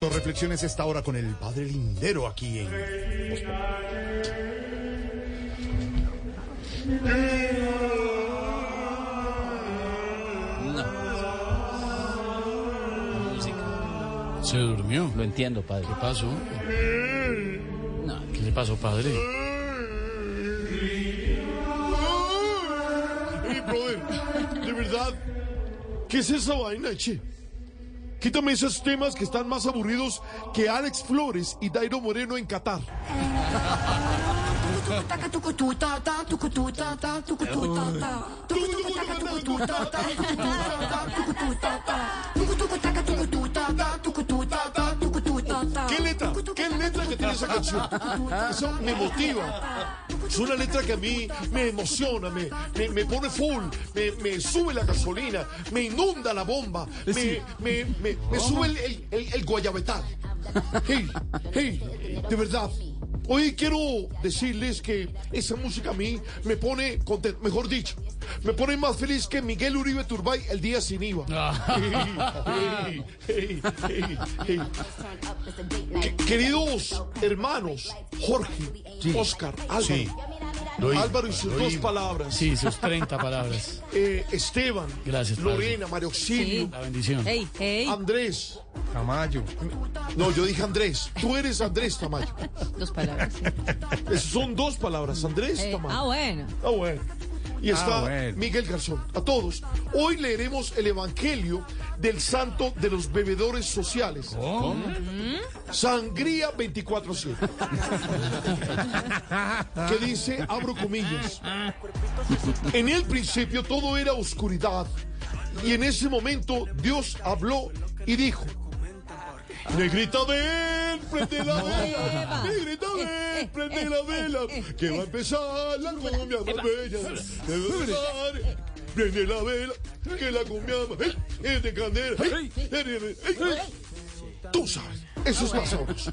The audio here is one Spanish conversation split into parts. Dos reflexiones esta hora con el padre Lindero aquí en... Se durmió. Lo entiendo, padre. ¿Qué pasó? No, ¿Qué le pasó, padre? Oye, brother, de verdad, ¿qué es esa vaina, che? Quítame esos temas que están más aburridos que Alex Flores y Dairo Moreno en Qatar. ¿Qué letra? ¿Qué letra que tiene esa canción? Eso me motiva. Es una letra que a mí me emociona, me, me, me pone full, me, me sube la gasolina, me inunda la bomba, me, me, me, me sube el, el, el- el guayabetal. Hey, hey, de verdad. Hoy quiero decirles que esa música a mí me pone contento, mejor dicho, me pone más feliz que Miguel Uribe Turbay el día sin IVA. Hey, hey, hey, hey. Que- Queridos hermanos, Jorge, Oscar, Álvaro, Lo oí, Álvaro y sus dos palabras, Sí, sus 30 palabras. eh, Esteban, Gracias, padre. Lorena, Mario Auxilio, La bendición. Hey, hey. Ah, Andrés. Camayo. No, yo dije Andrés. Tú eres Andrés Tamayo. Dos palabras. Esas son dos palabras, Andrés Tamayo. Ah, bueno. Ah, bueno. Y está bueno. Miguel Garzón. A todos. Hoy leeremos el Evangelio del Santo de los Bebedores Sociales. Sangría 24-7. que dice, abro comillas. En el principio todo era oscuridad. Y en ese momento Dios habló y dijo. Negrita, ven, prende la vela. Negrita, ven, prende la vela. Que va a empezar la cumbia más bella. de empezar. eh, Prende la vela, que la cumbia más- ¡Ey! es de candela. eh, ¡Ey! ¡Ey! ¡Ey! ¡Ey! Tú sabes, eso es más sabroso.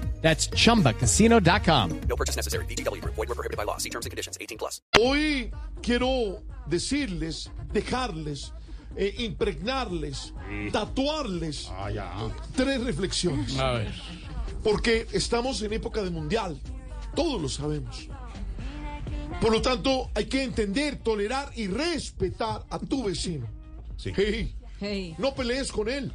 That's chumbacasino.com. Hoy quiero decirles, dejarles, eh, impregnarles, tatuarles tres reflexiones. A ver. Porque estamos en época de mundial. Todos lo sabemos. Por lo tanto, hay que entender, tolerar y respetar a tu vecino. Hey, Hey. no pelees con él.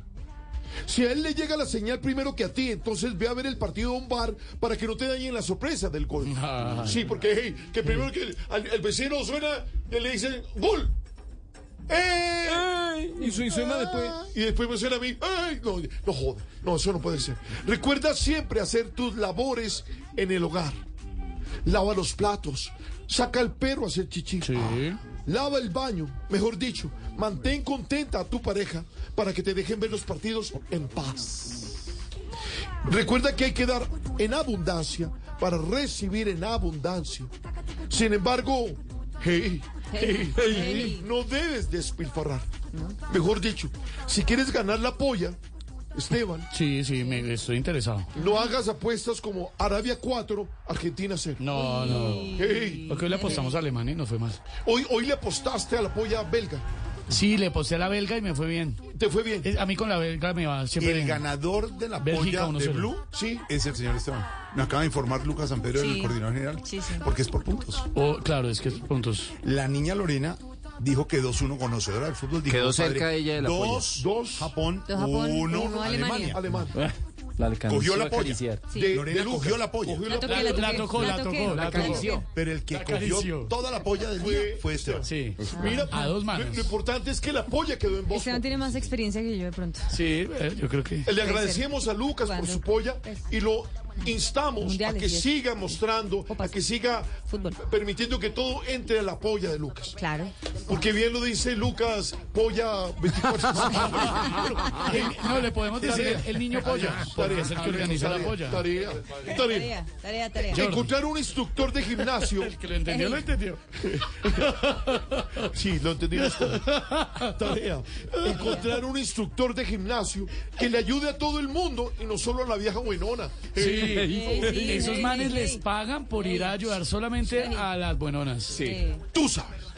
Si a él le llega la señal primero que a ti, entonces ve a ver el partido a un bar para que no te dañen la sorpresa del gol. Ah. Sí, porque hey, que primero que el, al- el vecino suena y le dicen gol. ¡Eh! Ah. Y su suena después. Y después me suena a mí, ¡ay! No, no joda, no, eso no puede ser. Recuerda siempre hacer tus labores en el hogar. Lava los platos, saca al perro a hacer chichi. Lava el baño, mejor dicho, mantén contenta a tu pareja para que te dejen ver los partidos en paz. Recuerda que hay que dar en abundancia para recibir en abundancia. Sin embargo, hey, hey, hey, no debes despilfarrar. Mejor dicho, si quieres ganar la polla, Esteban, Sí, sí, me, estoy interesado. no hagas apuestas como Arabia 4, Argentina 0. No, no. Hey, Porque hoy le apostamos a Alemania y no fue mal. hoy, hoy le apostaste a la polla belga. Sí, le aposté a la belga y me fue bien. ¿Te fue bien? Eh, A mí con la belga me va siempre El bien. ganador de la Bélgica, polla de 1-0. Blue Sí. es el señor Esteban. Me acaba de informar Lucas San Pedro, Sí. el coordinador general, Sí, sí. porque es por puntos. Oh, claro, es que puntos. La niña Lorena dijo que 2-1 conocedora del fútbol. dijo, Quedó padre, cerca ella de la polla. 2-2 Japón, Dos Japón, 1 uno Alemania. Alemania. Alemán. La alcanzó Cogió la a polla. acariciar. De- Lorena de Luz, cogió la polla. La toqué, la toqué, la toqué, la acarició. Pero el que La cogió acarició. toda la polla del día fue Esteban. Sí. pues, Mira, Ah, A dos lo, manos. lo importante es que la polla quedó en Eh, Bosco. Esteban tiene más experiencia que yo de pronto. Sí, eh, yo creo que. Le agradecemos a Lucas por Cuando- su polla y lo instamos a Mundiales, que yes. siga mostrando, a que siga permitiendo que todo entre a la polla de Lucas. Claro. Porque bien lo dice Lucas, polla 24 El- no, le podemos decir el- el niño polla, porque es el que organiza la polla. Tarea, tarea. Tarea, tarea, tarea. Encontrar un instructor de gimnasio. El que lo entendió, lo entendió. Sí, lo entendí. Tarea. Encontrar un instructor de gimnasio que le ayude a todo el mundo y no solo a la vieja buenona. Sí, sí, esos sí, manes sí. les pagan por ir a ayudar solamente a las buenonas. Sí. Tú sabes.